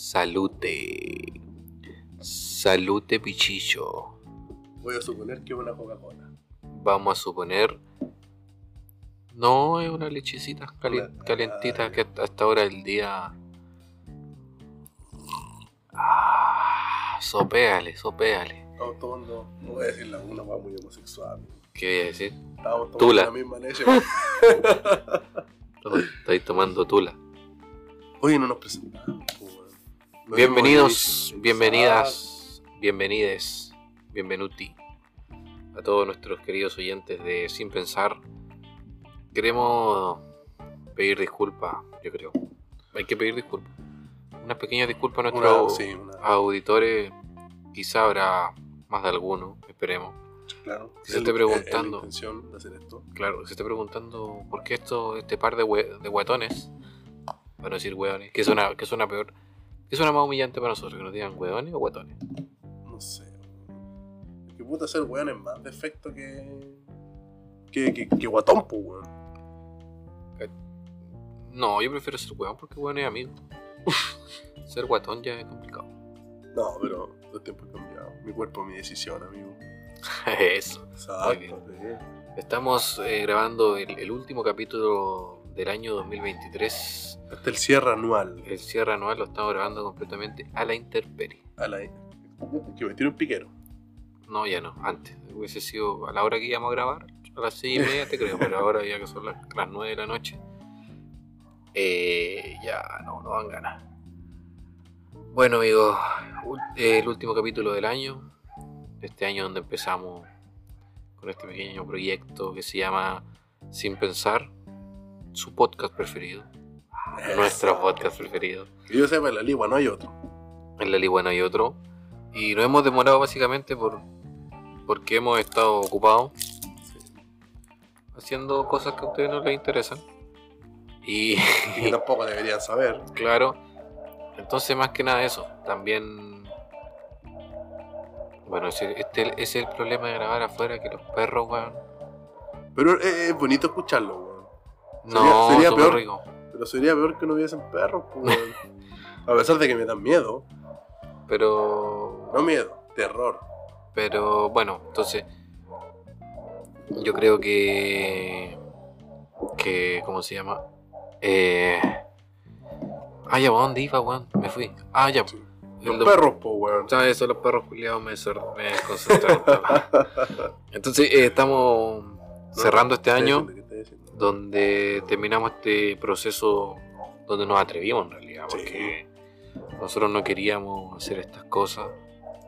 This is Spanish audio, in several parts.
Salute. Salute, pichicho. Voy a suponer que es una Coca-Cola. Vamos a suponer. No, es una lechecita cali- Una- calentita ah, que hasta ahora el día. Ah, sopéale, sopéale. Estamos tomando, no voy a decir la una va muy homosexual. ¿Qué voy a decir? Estamos tomando Tula. la misma leche. Estoy, estoy tomando tula. Oye, no nos presentamos. po, weón. No Bienvenidos, hemos dicho, bienvenidas, bienvenides, bienvenuti a todos nuestros queridos oyentes de Sin Pensar. Queremos pedir disculpas, yo creo. Hay que pedir disculpas. Unas pequeñas disculpas a Una- nuestros sí, una- auditores. Quizá habrá más de alguno, esperemos. Claro. Se te Es la- preguntando. es la intención de hacer esto. Claro, se está preguntando por qué esto, este par de, hue- de guatones, para no decir hueones, que suena, que suena peor, que suena más humillante para nosotros, que nos digan hueones o guatones. No sé. weón. Que puta ser weón es más defecto que. que, que, que guatón, po, weón. No, yo prefiero ser hueón porque hueón es amigo. ser guatón ya es complicado. No, pero los tiempos han cambiado. Mi cuerpo, mi decisión, amigo. Eso. Muy bien. sí. Estamos eh, grabando el, el último capítulo del año 2023. Hasta el cierre anual. El cierre anual lo estamos grabando completamente a la intemperie. A la... Que me tire un piquero. No, ya no, antes. Hubiese sido a la hora que íbamos a grabar, a las seis y media, te creo, pero ahora ya que son las, las nueve de la noche, eh, ya no, no dan ganas. Bueno, amigos, ul- eh, el último capítulo del año, este año donde empezamos con este pequeño proyecto que se llama Sin Pensar, su podcast preferido, nuestro podcast preferido. Que yo sepa, en la ligua no hay otro. en la Liguana y otro. Y nos hemos demorado básicamente por porque hemos estado ocupados haciendo cosas que a ustedes no les interesan. Y Y que tampoco deberían saber. claro, entonces más que nada eso, también... Bueno, ese- este ese es el problema de grabar afuera, que los perros, weón... Pero eh, es bonito escucharlo, weón. Sería- No, sería súper peor. rico. Pero sería peor que no hubiesen perros, po, weón. A pesar de que me dan miedo. Pero... No miedo, terror. Pero bueno, entonces yo creo que que ¿cómo se llama? Eh, ah, ya, ¿a dónde iba, weón? Me fui. Ah, ya. Sí. El Los do- perros, po, weón. ¿Sabes? Eso los perros culiados me, desor- me desconcentraron. entonces eh, estamos cerrando este año ¿Qué te diciendo? donde terminamos este proceso donde nos atrevimos en realidad, porque nosotros no queríamos hacer estas cosas.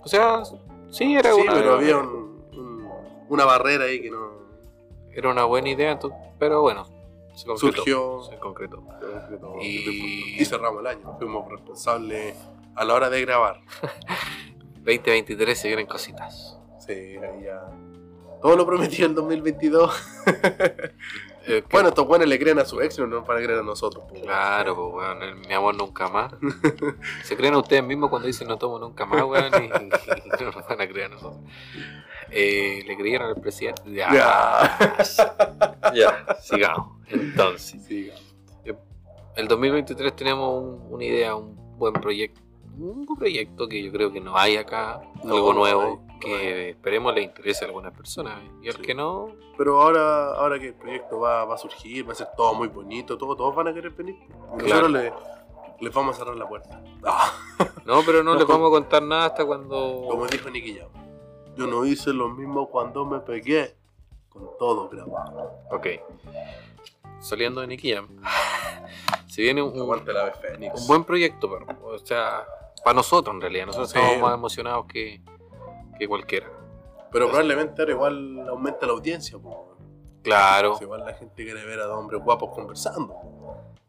O sea, sí, era Sí, una- pero había un- un- una barrera ahí que no era una buena idea, tu- pero bueno, se concretó. surgió. Se concretó. Y- Y... y cerramos el año. Fuimos responsables a la hora de grabar. 2023 se vienen cositas. Sí, ahí ya. Todo lo prometido en 2022. Eh, que- Bueno, estos buenos le creen a su ex, no nos van a creer a nosotros. po. Claro, pues, weón, el mi amor nunca más. Se creen a ustedes mismos cuando dicen no tomo nunca más, weón, y, y no nos van a creer a nosotros. Eh, ¿Le creyeron al presidente? Ya. Ya. Sigamos. Entonces, Sí, el 2023 tenemos un- una idea, un buen proyecto. Un buen proyecto que yo creo que no hay acá, No, algo no nuevo, hay, no que hay. esperemos le interese a algunas personas. Y al Sí. que no, Pero ahora, ahora que el proyecto va, va a surgir, va a ser todo muy bonito, todo, todos van a querer venir. pues. Claro. Nosotros le- les vamos a cerrar la puerta. Ah, No, pero no No, les como- vamos a contar nada hasta cuando. como dijo Nicky Jam, yo no hice lo mismo cuando me pegué con todo grabado. Ok. Saliendo de Nicky Jam. Se viene un, un- Aguante la ave Fénix. un buen proyecto, pero. O sea, para nosotros en realidad. Nosotros Sí. estamos más emocionados que, que cualquiera. Pero probablemente ahora igual aumenta la audiencia. pues. po. Claro. Si igual la gente quiere ver a dos hombres guapos conversando.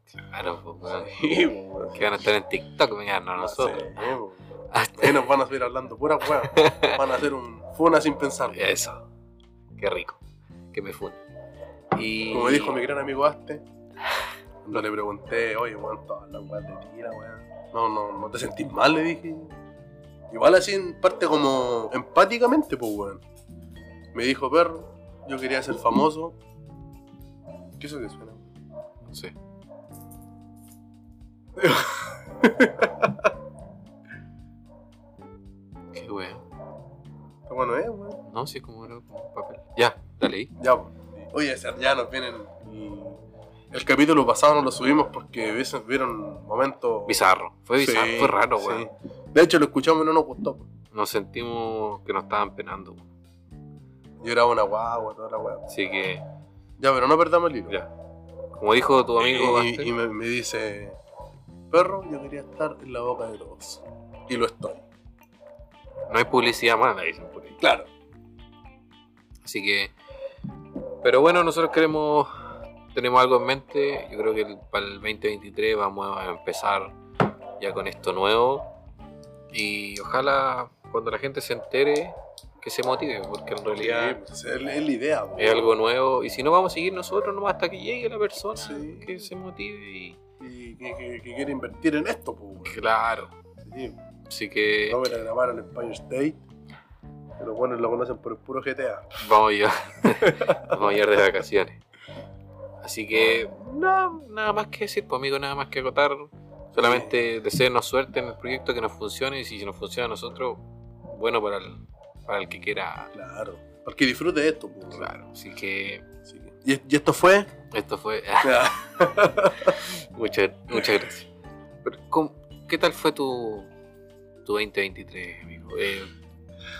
Claro, pues, weón. Sí, po. Que van a estar en TikTok, vengan Ah, a nosotros. Sí, po. Ahí nos van a seguir hablando pura weá. Van a hacer un funa sin pensar. Eso. Qué rico. Que me fun. Y. Como dijo mi gran amigo Aste, cuando le pregunté, oye, weón, todas las weas te tira, weón. No, no, no te sentís mal, le dije. Igual así en parte como empáticamente, pues weón. Me dijo, perro, yo quería ser famoso. ¿Qué es eso que suena? Sí. ¿eh, No, sí, es como, era como un papel. Ya, dale ahí. Ya, po. Oye, ese- ya nos vienen. y El capítulo pasado no lo subimos porque hubiesen- hubieron momentos. Bizarro. Fue bizarro, Sí, fue raro, sí. weón. De hecho, lo escuchamos y no nos gustó. po. Nos sentimos que nos estaban penando, weón. Yo era una guagua, toda la guagua. Así que, Ya, pero no perdamos el hilo. ya. Como dijo tu amigo Y- Gaster, Y, me, me dice, perro, yo quería estar en la boca de todos. Y lo estoy. no hay publicidad mala, dicen por ahí. Claro. Así que. Pero bueno, nosotros queremos. Tenemos algo en mente. Yo creo que el- para el 2023 vamos a empezar ya con esto nuevo. Y ojalá cuando la gente se entere que se motive, porque en realidad Sí, pues, es, la- es la idea. po. es algo nuevo. Y si no, vamos a seguir nosotros nomás hasta que llegue la persona Sí. que se motive. Y... Y que, que- que quiere invertir en esto, pues. Claro. Así que No me la grabaron en Empire State. Pero bueno, lo conocen por el puro GTA. vamos a llegar, vamos a llegar de vacaciones. Así que nada, nada más que decir, pues amigo, nada más que acotar. Solamente desearnos suerte en el proyecto que nos funcione y si nos funciona a nosotros, bueno para el, para el que quiera. Claro. Porque disfrute esto, pues. Claro. Así que Así que- ¿Y, y esto fue? esto fue. Ya. muchas, muchas gracias. Pero, ¿cómo- ¿Qué tal fue tu, tu 2023, amigo? Eh,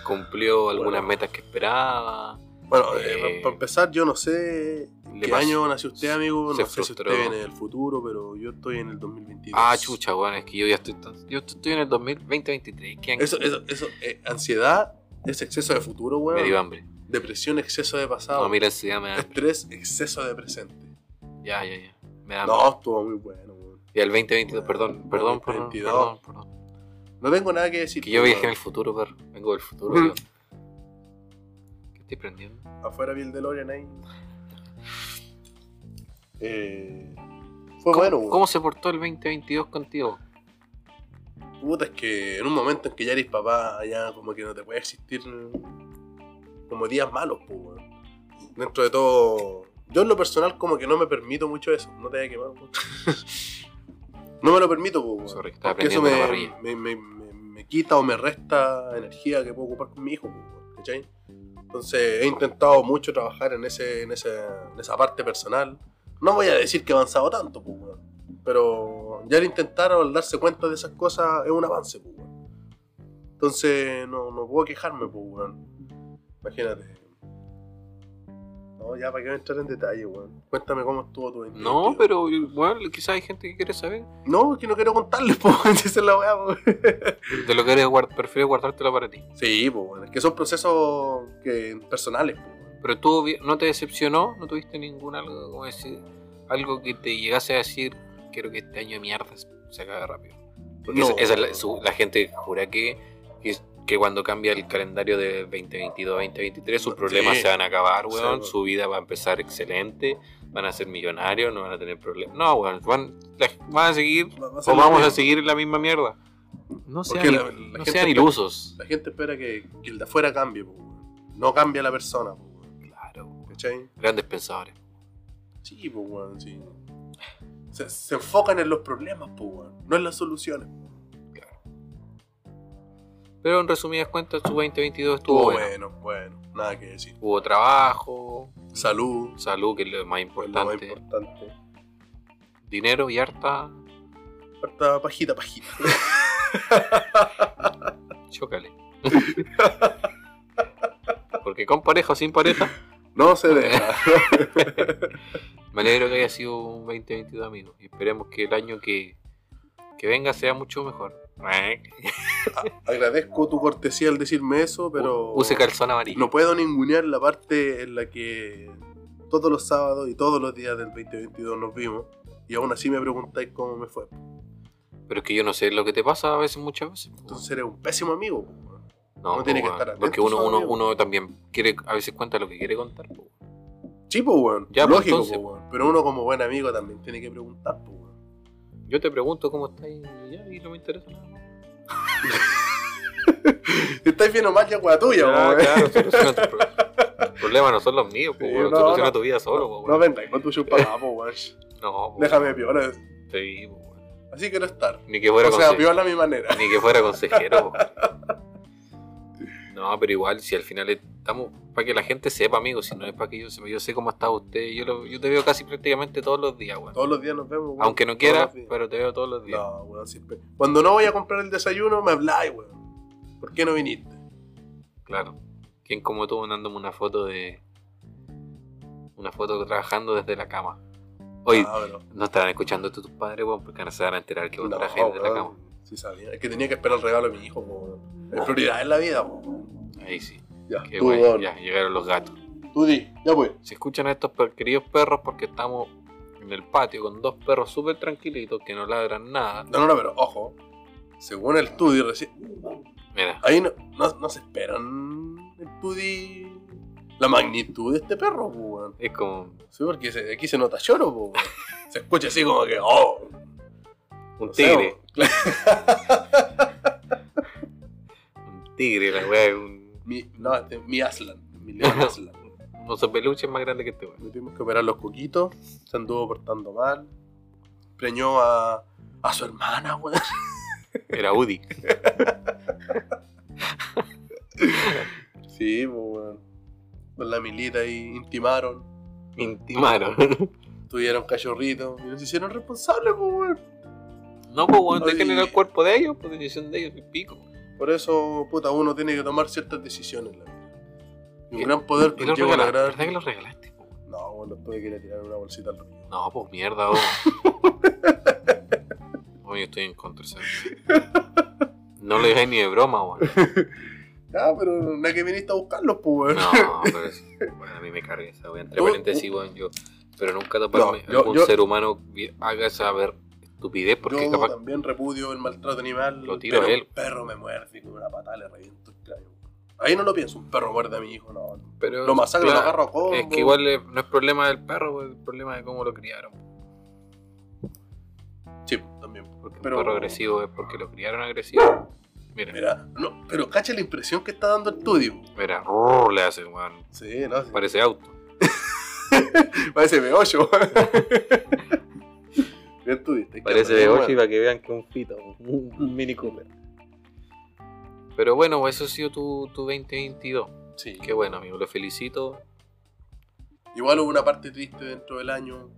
¿Cumplió algunas Bueno. metas que esperaba? Bueno, eh, Eh, para- para empezar, yo no sé en le qué pasó- año nació usted, amigo. No se sé si usted frustró. viene del futuro, pero yo estoy en el 2022. Ah, chucha, weón, es que yo ya estoy, tan- yo estoy en el 2023. ¿Qué año? Eso, eso, eso, eh, ansiedad es exceso de futuro, Me dio weón. hambre. Depresión, exceso de pasado. No, mira, eso ya me da hambre. Estrés, exceso de presente. Ya, ya, ya. Me da hambre. No, estuvo muy bueno, weón. Y el 2022, perdón, perdón, perdón, 2022. perdón, perdón. No tengo nada que decir. Que yo viajé en weón. el futuro, perro. Vengo del futuro, yo. ¿Qué estoy prendiendo? Afuera vi el DeLorean ahí. Eh, fue ¿Cómo, bueno, weón. ¿Cómo se portó el 2022 contigo? Puta, es que en un momento en que ya eres papá, ya como que no te puede existir como días malos, pues, weón. Dentro de todo, yo en lo personal como que no me permito mucho eso. No te voy a quemar, weón. No me lo permito, pues, weón. Sorry, estaba porque eso me, prendiendo la parrilla. me- me- me- me quita o me resta energía que puedo ocupar con mi hijo, pues, weón, ¿cachai? Entonces he intentado mucho trabajar en, ese, en, ese- en esa parte personal. No voy a decir que he avanzado tanto, pues, weón. Pero ya el intentar o el darse cuenta de esas cosas es un avance, pues, weón. Entonces no, no puedo quejarme, pues, weón. Imagínate. No, ya, ¿para qué voy a entrar en detalle, weón? Cuéntame cómo estuvo tu 2022. No, pero, bueno, quizás hay gente que quiere saber. No, es que no quiero contarles, pues, weón, si esa es la weá, pues. Te lo quieres guardar, prefiero guardártelo para ti. Sí, pues, weón. Es que son procesos que, personales, pues, weón. Pero tú vi- no te decepcionó, no tuviste ningún algo, como decir, algo que te llegase a decir, quiero que este año de mierda se- se acabe rápido. Porque No. esa- esa es la, su- la gente jura que, que, que cuando cambia el calendario de 2022 a 2023, sus Sí. problemas se van a acabar, Sí, weón. weón. Su vida va a empezar excelente, van a ser millonarios, no van a tener problemas. No, weón, van, la- van a seguir, Va- va a ser o lo vamos a mismo. seguir en la misma mierda. No Porque sean, la- la no gente sean está- ilusos. La gente espera que, que el de afuera cambie, pues, weón. No cambia la persona, pues, weón. Claro, ¿Cachai? grandes pensadores. Sí, pues, weón, sí. Se, se enfocan en los problemas, pues, weón. No en las soluciones. Pero en resumidas cuentas, su 2022 estuvo Oh, bueno. bueno, bueno. Nada que decir. hubo trabajo, Salud. salud, que es lo más Pues lo más importante, importante. dinero y harta, Harta pajita, pajita. chócale. Porque con pareja o sin pareja, No se deja. me alegro que haya sido un 2022 amigo. Y esperemos que el año que, que venga sea mucho mejor. Agradezco tu cortesía al decirme eso, pero. Use calzón amarillo. No puedo ningunear la parte en la que todos los sábados y todos los días del 2022 nos vimos y aún así me preguntáis cómo me fue. Pero es que yo no sé lo que te pasa a veces, muchas veces. Entonces eres un pésimo amigo. po, weón. no, uno tiene pues, que estar Porque atento, uno, uno, amigo. uno también quiere, a veces cuenta lo que quiere contar. pues. Sí, po, weón. Ya, pues, Lógico, entonces, po, weón. Pero uno como buen amigo también tiene que preguntar, po, weón. Yo te pregunto cómo estás y ya, y no me interesa nada. más. Si estáis bien o mal, ya es weá tuya, po, Ah, weón. claro, soluciona tu pro- el problema no son los míos, po, Sí, weón, no, soluciona no. tu vida solo, po, No, weón. vengáis con tu chupacá, po, weón. No, po, Déjame piola. sí, po, weón. Así quiero estar. Ni que fuera o sea, conse- piola a mi manera. ni que fuera consejero. po. No, pero igual, si al final es- estamos para que la gente sepa, amigo, si no es para que yo sepa, yo sé cómo está usted, yo, lo- yo te veo casi prácticamente todos los días, weón. Todos los días nos vemos, weón. Aunque no Todos quiera, los días. pero te veo todos los días. No, weón, siempre. Cuando no voy a comprar el desayuno, me habláis, weón. ¿Por qué no viniste? Claro. ¿Quién como tú mandándome una foto de. Una foto trabajando desde la cama? Oye, Ah, pero- no estarán escuchando esto tus padres, weón, porque ahora se van a enterar que vos No, trabajás desde la weón, cama. Sí sabía. Es que tenía que esperar el regalo de mi hijo, weón. Es prioridad en la vida, weón. Ahí sí. Ya, Qué tú, guay, weón. ya, llegaron los gatos. Tú di, ya pues. Se escuchan a estos per- queridos perros porque estamos en el patio con dos perros súper tranquilitos que no ladran nada. No, no, no, pero ojo. Según el Tudi, recién. Mira, Ahí no, no, no se esperan el Tudi. La magnitud de este perro, weón. es como Sí, porque se- aquí se nota lloro, weón. Se escucha así como que, oh. un no sé, tigre. weón. Un tigre, la weá. es Un... Mi, no, este, mi Aslan. Mi león Aslan. Un oso peluche es más grande que este weón. Le tuvimos que operar los coquitos. Se anduvo portando mal. Preñó a, a su hermana, weón. Era Udi. Sí, pues, weón. Con la milita ahí intimaron, Intimaron. tuvieron cachorritos y nos hicieron responsables, pues, weón. No, pues weón, Oye. déjenle el cuerpo de ellos, por decisión de ellos, y pico. Por eso, puta, uno tiene que tomar ciertas decisiones en la vida. Y un ¿Qué- gran poder Eh, ¿Y los conlleva la regalaste? gran... ¿Verdad que los regalaste? po? No, bueno, tuve que ir a tirar una bolsita al río. No, pues mierda, vos. Oye, estoy en contra, ¿sabes? No lo dejé ni de broma, weón. Ah, pero nada que viniste a buscarlos, pues, weón. No, pero es- bueno, a mí me carga esa wea. Entre Tú- paréntesis, weón, yo. Pero nunca toparme No, yo- algún yo- ser humano vi- haga esa ver estupidez porque Yo capaz. también repudio el maltrato animal. Lo tiro pero a él. Un perro me muerde y con una patada le reviento el cráneo. Ahí no lo pienso, un perro muerde a mi hijo, no. Pero, Lo masacro, claro, lo agarro a combo. Es que igual eh, no es problema del perro, es el problema de cómo lo criaron. Sí, también. Porque Pero- un perro agresivo es porque lo criaron agresivo. Mira, mira, Mira, no, pero cacha la impresión que está dando el estudio. rrr, le hacen, weón. Sí, no, sí. Parece auto. parece B8. Bien tú diste. para que vean que es un pito, un mini cooper. Pero bueno, eso ha sido tu, tu 2022. Sí. Qué bueno, amigo, lo felicito. Igual hubo una parte triste dentro del año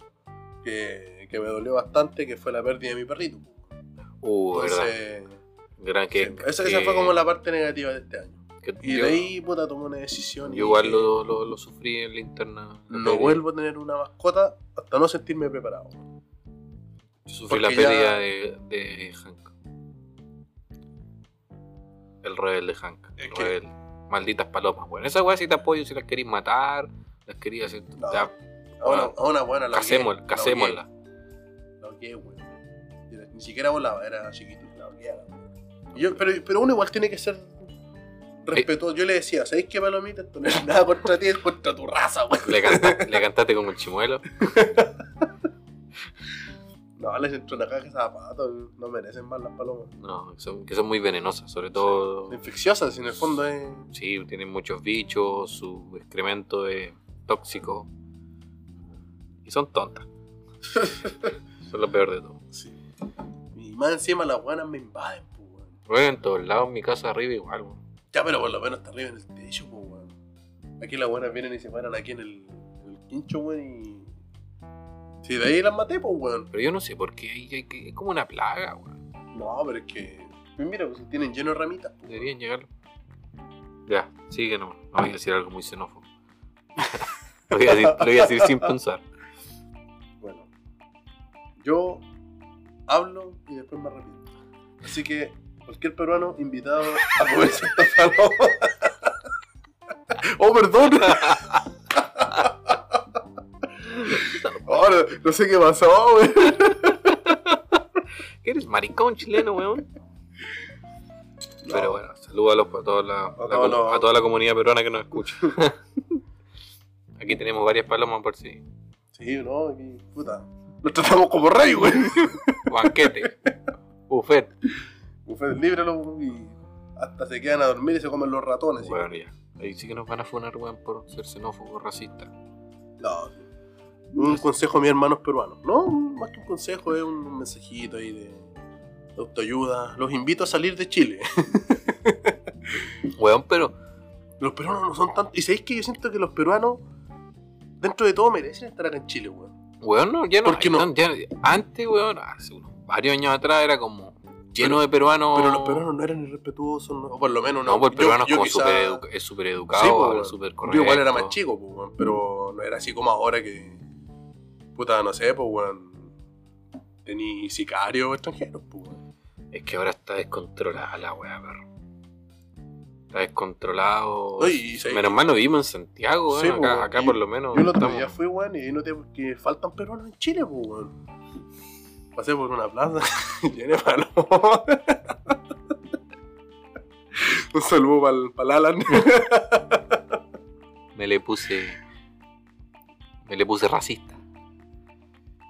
que, que me dolió bastante, que fue la pérdida de mi perrito. Uh, verdad. Entonces, Gran sí, que, esa, esa que- fue como la parte negativa de este año. que Y yo, de ahí, puta, tomé una decisión. yo y igual dije, lo, lo- lo sufrí en la interna. La No pérdida. vuelvo a tener una mascota hasta no sentirme preparado. Yo sufrí la porque ya- pérdida de, de Hank. El rebelde Hank. Es El que- rebelde. Malditas palomas. Bueno, esas weas si te apoyo, si las queréis matar, las querías hacer. No, ya, A una, a una buena la casémosla- hogué, casémosla. La hogué, güey. Era- Ni siquiera volaba, era chiquito. La hogué, la hogué. Y yo- pero, pero uno igual tiene que ser Eh. respetuoso. Yo le decía, ¿sabéis qué, Palomita? Esto no es nada contra ti, es contra tu raza, güey. Le, canta- le cantaste como el chimuelo. No, les entró una caja de zapatos. No merecen más las palomas. No, que son, que son muy venenosas, sobre todo. Son infecciosas, si en el fondo eh. es... Sí, tienen muchos bichos, su excremento es tóxico. Y son tontas. son lo peor de todo. Sí. Y más encima las buenas me invaden, pues, güey. Bueno, en todos lados, en mi casa arriba igual. weón. Ya, pero por lo menos está arriba en el techo, pues, weón. Aquí las buenas vienen y se paran aquí en el, en el quincho, weón, y... Si de ahí las maté, pues, weón. Pero yo no sé por qué, hay- hay que- es como una plaga, weón. No, pero es que... pues Mira, pues tienen lleno de ramitas. pues, weón. Deberían llegar. Ya, sigue nomás. No voy a decir algo muy xenófobo. lo, voy a decir, lo voy a decir sin pensar. Bueno. Yo hablo y después me arrepiento. Así que cualquier peruano invitado a comerse esta paloma. ¡Oh, perdón! Oh, no, no sé qué pasó, weón. ¿Qué eres maricón chileno, weón? Pero bueno, saludos a, los- a toda la, la todos comu- los- a toda la comunidad peruana que nos escucha. Aquí tenemos varias palomas por si. Sí, no, aquí, puta. Nos tratamos como rey, güey. Banquete, buffet. Buffet libre, loco, y hasta se quedan a dormir y se comen los ratones. sí. Bueno, ya. Ahí sí que nos van a funar, weón, por ser xenófobos, racistas. No, sí. Un consejo a mis hermanos peruanos. No, más que un consejo, es un mensajito ahí de, de autoayuda. Los invito a salir de Chile. Weón, pero Los peruanos no son tanto. Y sabéis que yo siento que los peruanos, dentro de todo, merecen estar acá en Chile, weón. Weón, no, ya no. ¿Por qué no? ya- antes, weón, hace unos varios años atrás era como lleno de peruanos. Pero los peruanos no eran irrespetuosos, no, o por lo menos no. No, pues el peruano Yo- es yo como súper quizá- educa- es súper educado, Sí, pues, habla weón. súper Yo correcto. igual era más chico, pues, weón, pero no era así como ahora que. Puta, no sé, pues, weón. Tení sicarios extranjeros, pues, weón. Es que ahora está descontrolada la weá, perro. Está descontrolado. No, y- y sabéis- Pues, Menos mal no vivimos en Santiago, Sí, weón, pues, acá, weón. acá Y- por lo menos. Yo el otro estamos- día fui, weón, y noté que faltan peruanos en Chile, pues, weón. Pasé por una plaza llena de palomas. Un saludo para el Alan. me le puse. Me le puse racista.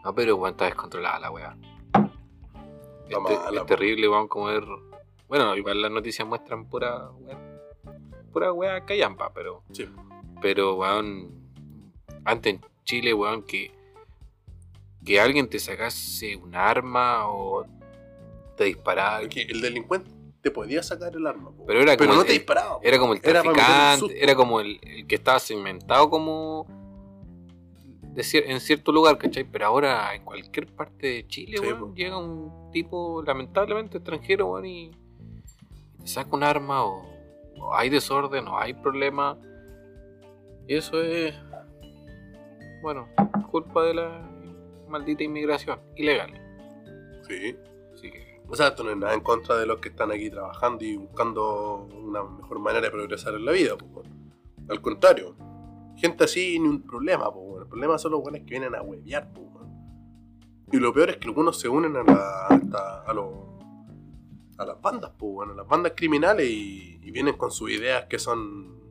No, pero weón, está descontrolada la weá. Está Es te- mala, es po. terrible, vamos como ver. Bueno, igual las noticias muestran pura weá. Pura weá callampa, pero. Sí. Pero, weón. Antes en Chile, weón, que. Que alguien te sacase un arma o te disparara. Porque el delincuente te podía sacar el arma, pues, Pero era pero como no el- te disparaba. pues. Era como el Era para meter el traficante, susto. era como el, el que estaba cimentado como de cier- en cierto lugar, ¿cachai? Pero ahora en cualquier parte de Chile, Sí, weón, po. llega un tipo lamentablemente extranjero, weón, y te saca un arma o, o hay desorden o hay problema. Y eso es, bueno, culpa de la maldita inmigración ilegal. Sí. Así que, O sea, esto no es nada en contra de los que están aquí trabajando y buscando una mejor manera de progresar en la vida, pues, weón. Al contrario, gente así ni un problema, pues, weón. El problema son los buenos que vienen a huevear, pues, weón. Y lo peor es que algunos se unen a, la- a esta- a los- a las bandas, pues, weón, a las bandas criminales y, y vienen con sus ideas que son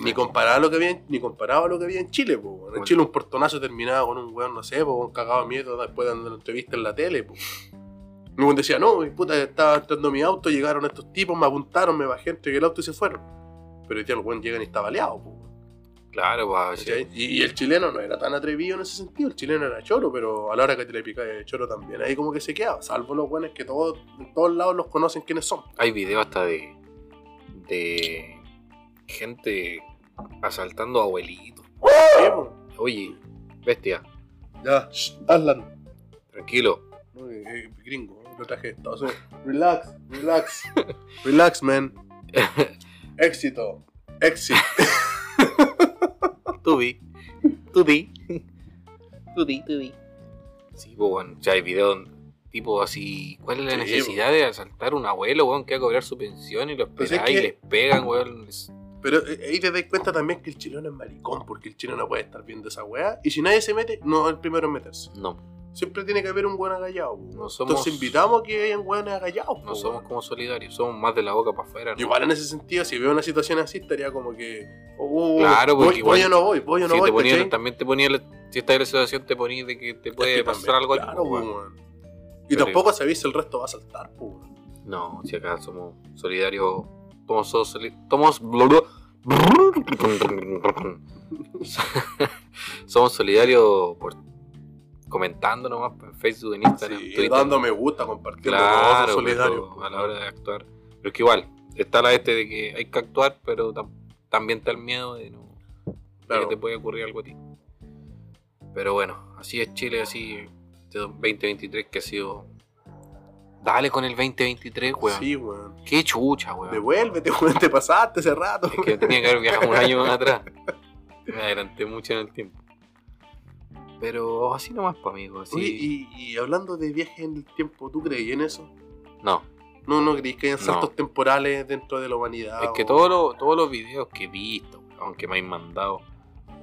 ni comparado a lo que había, en- ni comparado a lo que había en Chile, pues, weón. En Bueno. Chile un portonazo terminaba con un weón, no sé, pues, un cagado de miedo después de una entrevista en la tele, pues. Y uno decía, no, mi puta, estaba entrando a mi auto, llegaron estos tipos, me apuntaron, me bajé, entregué el auto y se fueron. Pero ya los weón llegan y está baleado, po, weón, claro, pues, a veces- ¿cachai? Y, y el chileno no era tan atrevido en ese sentido, el chileno era choro, pero a la hora que te le picaba el choro también, ahí como que se quedaba, salvo los buenos que todos, en todos lados los conocen quiénes son. hay videos hasta de, de gente asaltando a abuelitos. Sí, po. Oye, bestia, Ya, shh, Aslan, tranquilo. No, eh, eh, gringo, lo traje de Estados Unidos. Relax, relax, relax, man. Éxito, éxito. Tú vi, tú vi, tú vi, tú vi. Sí, pues bueno, ya hay videos donde- tipo así. ¿Cuál es la Sí, necesidad de asaltar a un abuelo, weón, que va a cobrar su pensión y lo Pues esperáis es y que- les pegan, weón? Es- Pero eh, ahí te das cuenta también que el chileno es maricón, porque el chileno no puede estar viendo esa weá. Y si nadie se mete, no es el primero en meterse. No, Siempre tiene que haber un weón agallado. po. No somos- Entonces invitamos a que hayan weones agallados. po, no somos pues, weón. como solidarios, somos más de la boca para afuera. ¿no? Igual en ese sentido, si veo una situación así, estaría como que. oh, Claro, voy, porque igual- voy o no voy, voy o no Sí, voy. te ponían- ¿cachai? también te ponía, la- si estás en la situación, te ponía de que te Es puede que pasar también, algo a ti, claro, weón. po, weón. Y Pero- tampoco sabéis si el resto va a saltar, po, weón. No, si acá somos solidarios. Somos. so- soli- somos, somos solidarios por comentando nomás en Facebook, en Instagram, Sí, Twitter. dando me gusta, compartiendo todo, claro, ser solidario. pero po. a la hora de actuar. Pero es que igual, está la este de que hay que actuar, pero tam- también está el miedo de no de Claro. que te puede ocurrir algo a ti. Pero bueno, así es Chile, así este 2023 que ha sido. Dale con el 2023, weón. Sí, weón. Qué chucha, weón. Devuélvete, weón, te pasaste hace rato. Es que tenía que haber viajado un año más atrás. Me adelanté mucho en el tiempo. Pero así nomás, pa' amigo. Así... Oye, y, y hablando de viajes en el tiempo, ¿tú creí en eso? No, No, no creí que hayan No. saltos temporales dentro de la humanidad. es que o- todos los, todos los videos que he visto, aunque me han mandado,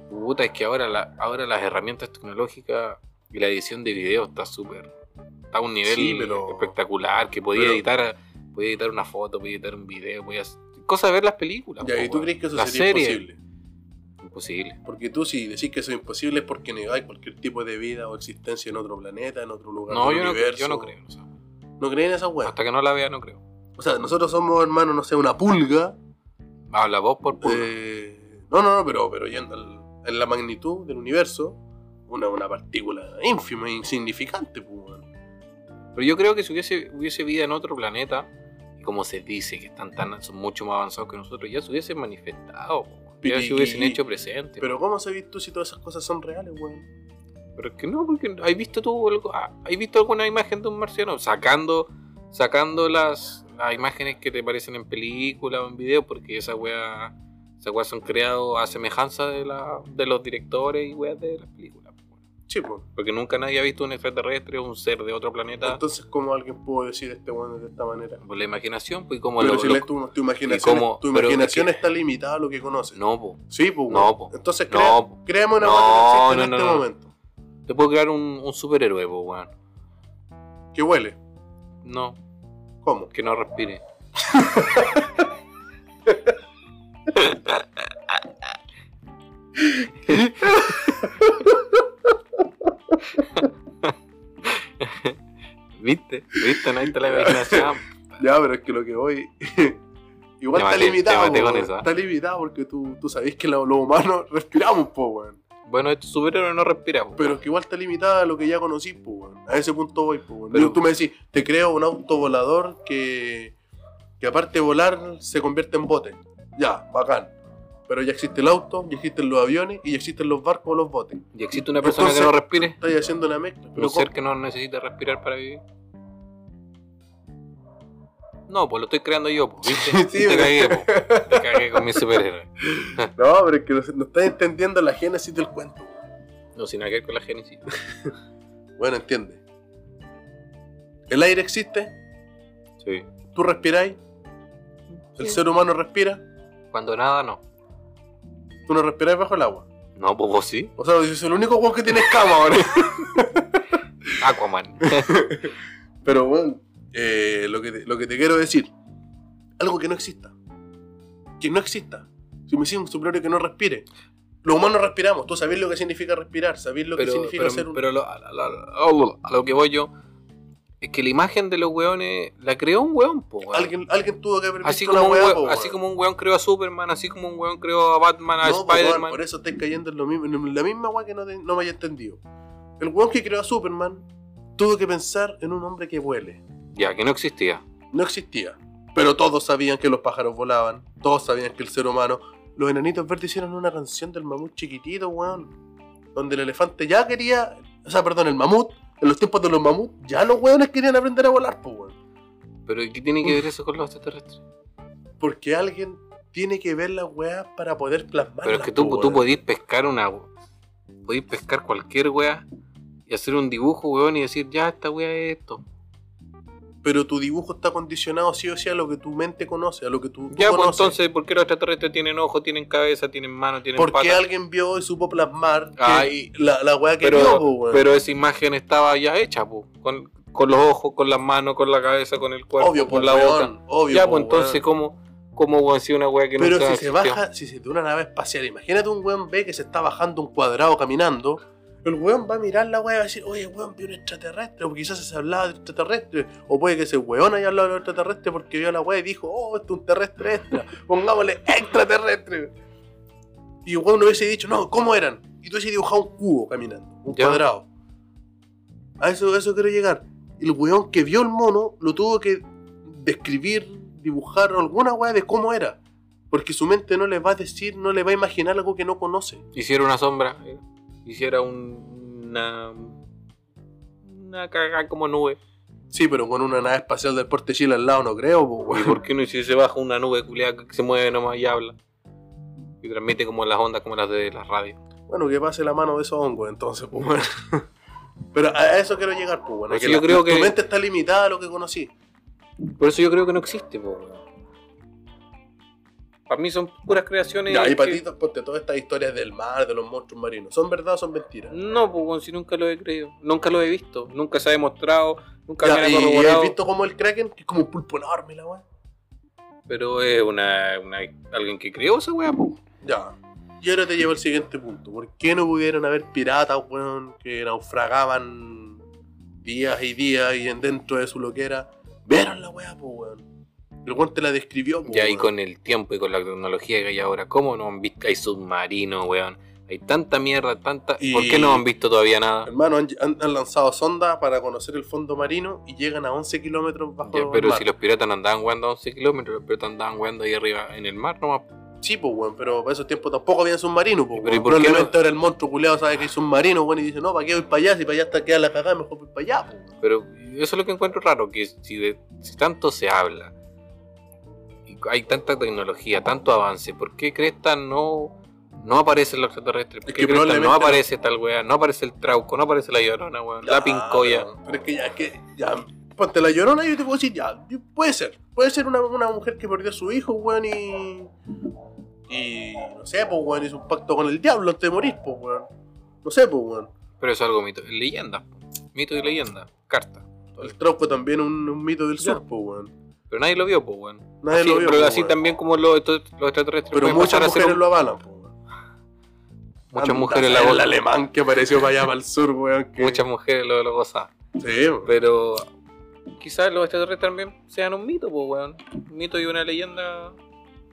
puta, es que ahora, la, ahora las herramientas tecnológicas y la edición de videos está súper. Está a un nivel Sí, pero- espectacular, que podía pero- editar podía editar una foto, podía editar un video, podía. Cosa de ver las películas. Ya, po, ¿y tú weón. crees que eso La serie. sería imposible? Imposible. Porque tú si decís que eso es imposible es porque negáis cualquier tipo de vida o existencia en otro planeta, en otro lugar No, del yo no, universo. yo no creo. o sea, ¿No crees en esa weá? Hasta que no la vea, no creo. O sea, nosotros somos, hermano, no sé, una pulga. Habla vos por puro. eh, No, no, no, pero, pero yendo al- en la magnitud del universo, una, una partícula ínfima e insignificante, pues, weón. Pero yo creo que si hubiese, hubiese vida en otro planeta, y como se dice, que están tan, son mucho más avanzados que nosotros, ya se hubiesen manifestado, po, ya Pero se y- hubiesen y- hecho presentes. Pero ¿cómo sabes tú si todas esas cosas son reales, weón? Pero es que no, porque ¿hay visto tú algo, ah, ¿hay visto alguna imagen de un marciano? Sacando, sacando las, las imágenes que te parecen en película o en video, porque esa wea, esa wea son creados a semejanza de, la, de los directores y weas de las películas. po. Sí, pues. Porque nunca nadie ha visto un extraterrestre o un ser de otro planeta Entonces, ¿cómo alguien pudo decir este weón de esta manera? por la imaginación, pues y como pero lo- si lo- lees tu, tu y imaginación, cómo- tu pero es imaginación que- está limitada a lo que conoces. No, po. Sí, pues. No, weón. po. Entonces, No, crea- po. creemos una No, weá que no existe en no, este no, no. momento. Te puedo crear un, un superhéroe, po, weón. Que huele. No, ¿Cómo? que no respire. ¿Viste? ¿Viste? No está la imaginación. Ya, pero es que lo que voy. Igual Te está maté- limitado. te maté po, con weón. esa. Está limitado porque tú, tú sabés que lo- los humanos respiramos, po, weón. Bueno, este superhéroe no respira. po. Pero es que igual está limitada a lo que ya conocí, po, weón. A ese punto voy, po, weón. Pero- Tú me decís, te creo un auto volador que. que aparte de volar se convierte en bote. Ya, bacán. Pero ya existe el auto, ya existen los aviones y ya existen los barcos o los botes. ¿Y existe una persona que Entonces- no respire? Estáis haciendo una mezcla. Pero ¿Un ser que no necesita respirar para vivir? No, pues lo estoy creando yo, pues, ¿viste? Sí, te pero- cagué, po. Te cagué con mi superhéroe. No, pero es que no, no estáis entendiendo la génesis del cuento. weón. No, sin nada que ver con la génesis. Bueno, entiende. El aire existe, Sí. tú respiráis, el Sí. ser humano respira, Cuando nada, no. tú no respiráis bajo el agua. No, pues vos sí. O sea, es el único weón que tiene cama ahora. Aquaman. Pero bueno, eh, lo, que te, lo que te quiero decir, algo que no exista. Que no exista. Si me hicieron un superior que no respire. Los humanos respiramos, tú sabés lo que significa respirar, sabés lo que pero significa pero- ser un... pero lo- a, la- a la- a lo que voy yo es que la imagen de los weones la creó un weón, po, weón. alguien, alguien tuvo que haber visto Así como, una un weá, weón, po, pues, weón. así como un weón creó a Superman, así como un weón creó a Batman, a No, po, weón, Spider-Man. por eso estáis cayendo en, lo mismo, en la misma weá que no, te- no me haya entendido. El weón que creó a Superman tuvo que pensar en un hombre que vuele. Ya, que no existía. No existía. Pero todos sabían que los pájaros volaban. Todos sabían que el ser humano. Los enanitos verdes hicieron una canción del mamut chiquitito, weón. Donde el elefante ya quería. O sea, perdón, el mamut. En los tiempos de los mamuts, ya los weones querían aprender a volar, pues, weón. Pero ¿y ¿qué tiene que ver eso con los extraterrestres? Porque alguien tiene que ver las weas para poder plasmarlas. Pero es que tú, po, tú weón. podís pescar una. Podís pescar cualquier wea y hacer un dibujo, weón, y decir, ya, esta wea es esto. Pero tu dibujo está condicionado sí o sí a lo que tu mente conoce, a lo que tú, tú Ya, pues conoces. entonces, ¿por qué los extraterrestres tienen ojos, tienen cabeza, tienen mano, tienen Porque patas? alguien vio y supo plasmar que- Ay, la, la wea que pero, vio, po, weón. pero esa imagen estaba ya hecha, po, con, con los ojos, con las manos, con la cabeza, con el cuerpo, obvio, con por pues, la boca. Obvio, ya, po, pues weón. entonces, ¿cómo, cómo weón, si una weá que Pero nunca si se existió? baja, si se de una nave espacial, imagínate un weón ve que se está bajando un cuadrado caminando. El weón va a mirar la weá y va a decir, oye, weón, vi un extraterrestre, o quizás se hablaba de extraterrestre, o puede que ese weón haya hablado de un extraterrestre porque vio la weá y dijo, oh, esto es un terrestre extra, pongámosle extraterrestre. Y el weón hubiese dicho, no, ¿cómo eran? Y tú hubiese dibujado un cubo caminando, un Ya. cuadrado. A eso, a eso quiero llegar. El weón que vio el mono lo tuvo que describir, dibujar alguna weá de cómo era. Porque su mente no le va a decir, no le va a imaginar algo que no conoce. Hiciera una sombra, eh, hiciera un- una. una cagada como nube. Sí, pero con una nave espacial del porte Chile al lado no creo, po, ¿Y weón. por qué no hiciese bajo una nube culiada que se mueve nomás y habla? Y transmite como las ondas, como las de las radios. Bueno, que pase la mano de esos hongos entonces, pues weón. Pero a a eso quiero llegar, pues weón. a Pues que sí, la- yo creo tu que- mente está limitada a lo que conocí. Por eso yo creo que no existe, po, Para mí son puras creaciones. Ya, y que- patitos, ponte todas estas historias del mar, de los monstruos marinos. ¿Son verdad o son mentiras? No, pues si nunca lo he creído, nunca lo he visto, nunca se ha demostrado, nunca Ya, me ha y corroborado. ¿Has visto como el Kraken? Que es como un pulpo enorme, la weón. Pero es una, una- alguien que creó esa weá, po. Ya. Y ahora te llevo al siguiente punto. ¿Por qué no pudieron haber piratas, weón, que naufragaban días y días y en dentro de su loquera? Vieron la weá, po, weón. El weón te la describió, po, Ya, y weón. con el tiempo y con la tecnología que hay ahora, ¿cómo no han visto? Hay submarinos, weón. Hay tanta mierda, tanta. Y- ¿Por qué no han visto todavía nada? Hermano, han, han- han lanzado sondas para conocer el fondo marino y llegan a 11 kilómetros bajo Ya, pero el mar. si los piratas no andaban jugando a 11 kilómetros, los piratas andaban jugando ahí arriba en el mar nomás. Sí, pues, weón, pero para esos tiempos tampoco había submarino, pues, Pero, ¿y weón. por qué Probablemente no? ahora el monstruo culeado sabe que hay submarino, weón, y dice, no, ¿para qué voy para allá? Si para allá está queda la cagada, mejor voy para allá, pues. Pero eso es lo que encuentro raro, que si, de- si tanto se habla, y hay tanta tecnología, tanto avance, ¿por qué Cresta no, no aparecen los extraterrestres? ¿Por Es qué que Cresta no probablemente- aparece tal weá? No aparece el Trauco, no aparece la Llorona, weón, la Ya, Pincoya. Pero, pero es que ya, es que ya. Ponte la llorona, yo te puedo decir, ya, puede ser. Puede ser una, una mujer que perdió a su hijo, weón, y. Y. No sé, pues, weón, hizo un pacto con el diablo antes de morir, pues, weón. No sé, pues, weón. Pero eso es algo mito. Leyenda, mito y leyenda, carta. El trauco también es un, un mito del Ya. sur, pues, weón. Pero nadie lo vio, pues, weón. Nadie Así- lo vio. pero pues, así weón. también como los, estos- los extraterrestres Pero pueden muchas pasar a ser mujeres un- lo avalan, pues, weón. muchas Anda, mujeres la el gozan. alemán que apareció para allá, para el sur, weón. que- Muchas mujeres lo, lo gozan. Sí, weón. Pero quizás los extraterrestres también sean un mito, pues, weón. Un mito y una leyenda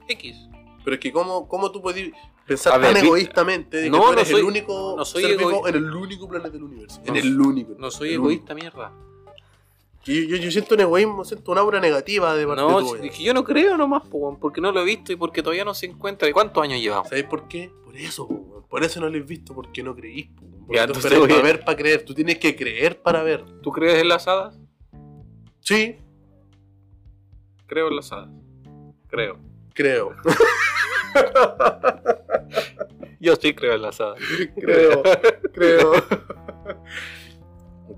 X. Pero es que cómo, cómo tú puedes pensar A ver, tan vi- egoístamente de que No, tú no eres soy- el único no soy ser vivo egoí- en el único planeta del universo. No en el único. No soy El egoísta, mierda. único. Yo, yo- yo siento un egoísmo, siento una aura negativa de parte No, tuya. es que yo no creo nomás, pues, weón. Porque no lo he visto y porque todavía no se encuentra. ¿Y cuántos años llevamos? ¿Sabes por qué? Por eso, po, weón. por eso no lo has visto, porque no creís. po, weón. Porque Ya, tú entonces esperas voy a- para ver, para creer. Tú tienes que creer para ver. ¿Tú crees en las hadas? Sí, Creo en las hadas. Creo. creo. Yo sí creo en las hadas. creo, creo.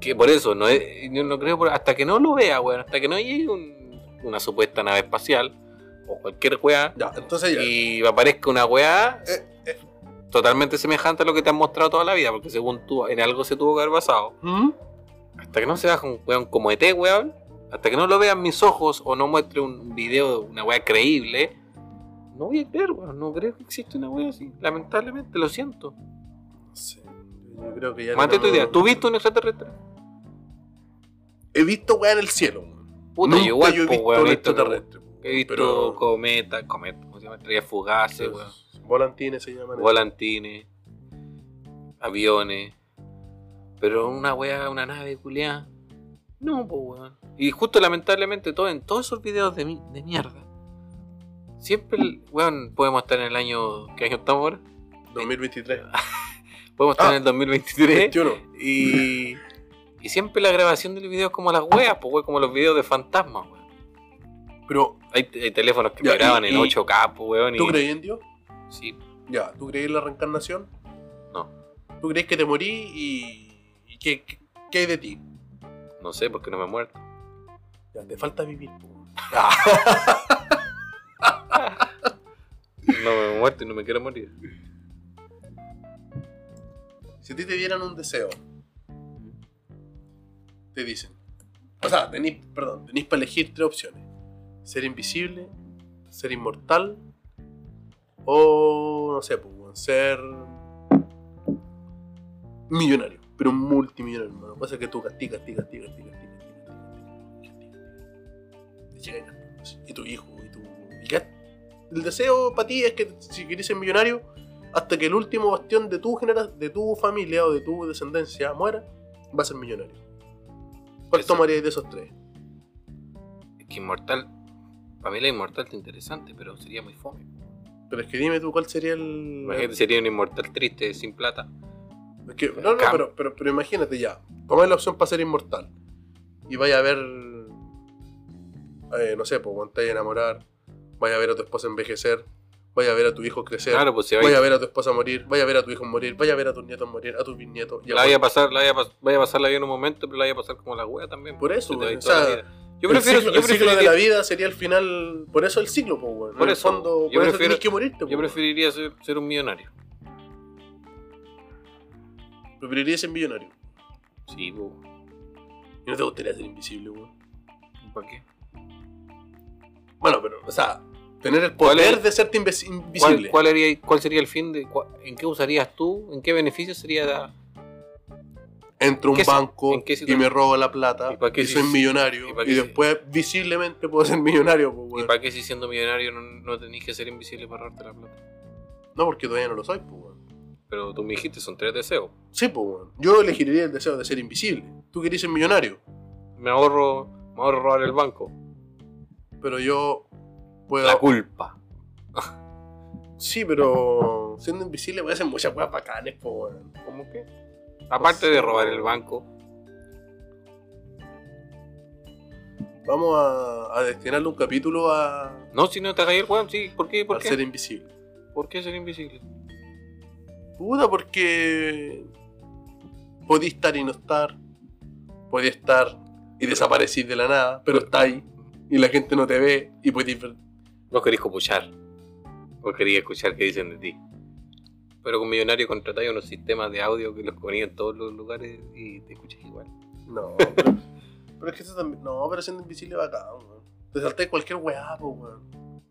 Que por eso, no es- yo no creo, por- hasta que no lo vea, weón. Hasta que no llegue un- una supuesta nave espacial o cualquier weá. ya, entonces ya. y aparezca una weá Eh, totalmente semejante a lo que te han mostrado toda la vida, porque según tú, en algo se tuvo que haber basado. ¿Mm? Hasta que no se baja un weón como ET, weón, hasta que no lo vean mis ojos o no muestre un video de una weá creíble, no voy a creer, weón. No creo que existe una weá así. Lamentablemente, lo siento. No sé. Yo creo que ya. Mate tu tenemos- idea. ¿Tú viste un extraterrestre? He visto weá en el cielo. weón. Puta, Nunca yo igual, yo he po, visto weón, un he visto- extraterrestre. po, He visto pero- cometas, cometas, ¿cómo se llama? Estrellas fugaces, weón. Volantines se llaman. volantines, aviones, pero una weá, una nave culiada. No, po weón. Y justo lamentablemente todo en todos esos videos de, mi- de mierda. Siempre, el- weón, podemos estar en el año. ¿Qué año estamos ahora? 2023. Podemos estar en Ah. el 2023 21. y. Y siempre la grabación del video es como las weas, pues weón, como los videos de fantasmas, weón. Pero, Hay, hay teléfonos que Ya, me graban y- en y- 8K, po, weón. ¿tú y- crees en Dios? Sí, Ya, ¿tú crees en la reencarnación? No. ¿Tú crees que te morí y, y qué, qué- qué hay de ti? no sé, porque no me he muerto. Ya, te falta vivir. No me he muerto y no me quiero morir. Si a ti te dieran un deseo, te dicen. O sea, tenés, perdón, tenés para elegir tres opciones: ser invisible, ser inmortal o, no sé, pues, weón, ser millonario, pero un multimillonario, hermano. Lo que pasa es que tú castigas, castigas, castigas, castigas, castigas, castigas, castigas. Y tu hijo, y tu. y ya. El deseo para ti es que si querés ser millonario, hasta que el último bastión de tu genera de tu familia o de tu descendencia muera, vas a ser millonario. ¿Cuál Eso. tomarías de esos tres? Es que inmortal. Para mí la inmortal es interesante, pero sería muy fome. Pero es que dime tú cuál sería el. Imagínate, sería un inmortal triste, sin plata. Es que- no, no, Cam- pero, pero, pero imagínate ya. Tomás la opción para ser inmortal. Y vaya a ver. eh, no sé, pues cuando te vayas a enamorar. Vaya a ver a tu esposa envejecer. Vaya a ver a tu hijo crecer. Claro, pues se va Vaya a a ver a tu esposa morir. Vaya a ver a tu hijo morir. Vaya a ver a tus nietos morir. A tus bisnietos. y la a- vaya a pasar, la vaya a, pas- vaya a pasar la vida en un momento, pero la vaya a pasar como la wea también. Por eso, Se te va a ir o toda sea, la vida. yo el prefiero, ciclo- yo el ciclo de preferiría- la vida sería el final. Por eso el ciclo, pues, weón. En Por el eso, fondo, yo por eso prefiero- tenés que morirte, pues, yo weón. preferiría ser, ser un millonario. Preferiría ser millonario. Sí, pues, Y no te gustaría ser invisible, weón. ¿para qué? Bueno, pero, o sea, tener el ¿Cuál poder es- de serte invis- ¿Cuál, invisible. cuál, haría- cuál sería el fin? de cua- ¿En qué usarías tú? ¿En qué beneficio sería? la- Entro a un ¿Qué si- banco en qué y situación? me robo la plata ¿Y pa' qué y, soy si- millonario. y Y, pa' qué si- después visiblemente puedo ser millonario, pues, ¿Y weón. para qué si siendo millonario no, no tenés que ser invisible para ahorrarte la plata? No, porque todavía no lo soy, pues, weón. Pero tú me dijiste, son tres deseos. Sí, pues, weón. Yo elegiría el deseo de ser invisible. Tú querés ser millonario. Me ahorro, me ahorro robar el banco. Pero yo puedo. La culpa. Sí, pero siendo invisible voy a hacer muchas weas bacanes, po, weón. ¿Cómo que? Aparte de robar el banco, Vamos a, a destinarle un capítulo a, No, si no te caí el weón, sí. ¿Por qué? ¿Por al ser qué? invisible. ¿Por qué ser invisible? Puta, porque. Podí estar y no estar. Podí estar y desaparecer de la nada, pero está ahí. Y la gente no te ve y podí ver. No quería escuchar. No quería escuchar qué dicen de ti. Pero con Millonario contratáis unos sistemas de audio que los ponían en todos los lugares y te escuchas igual. No, pero, pero es que eso también. No, pero siendo invisible bacán, weón. Te salté cualquier weá, po, weón.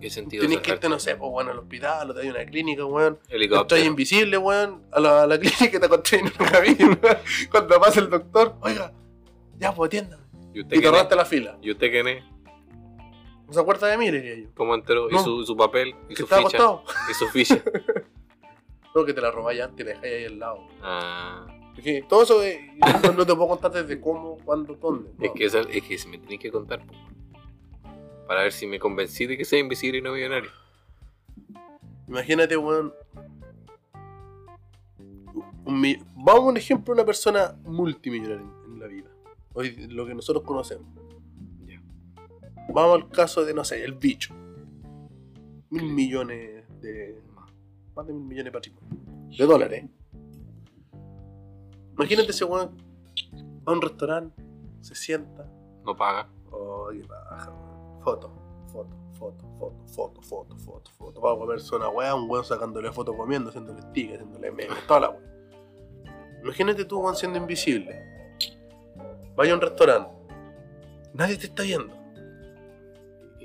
¿Qué sentido Tienes que irte, sacarte? no sé, po, weón, al hospital, o te hay una clínica, weón. Estás Helicóptero. invisible, weón. A la, a la clínica y te acosté en un camino. Cuando pasa el doctor, oiga, ya, pues atiéndame. ¿Y usted Y te quién es? ahorraste la fila. ¿Y usted quién es? No se acuerda de mí, le diría yo. ¿Cómo entró? ¿Y No. su, su papel? ¿Y ¿Y que su estaba ficha? acostado? ¿Y su ficha? No, que te la robáis antes y la dejáis ahí al lado. Ah, Porque todo eso eh, no, no te puedo contar desde cómo, cuándo, dónde. no. es, que esa- es que se me tenéis que contar. po. Para ver si me convencí de que sea invisible y no millonario. Imagínate, weón. un mi- Vamos a un ejemplo de una persona multimillonaria en- en la vida. Hoy, lo que nosotros conocemos. Ya. Vamos al caso de, no sé, el bicho. Mil millones de. Más de mil millones de patrimonio. De dólares. Imagínate ese weón. Va a un restaurante, se sienta. No paga. Oh, qué paja, weón. Foto, foto, foto, foto, foto, foto, foto, foto. Va a comerse una weá, un weón sacándole foto comiendo, haciéndole tigre, haciéndole memes, toda la weá. Imagínate tú, weón, siendo invisible. Vaya a un restaurante. Nadie te está viendo.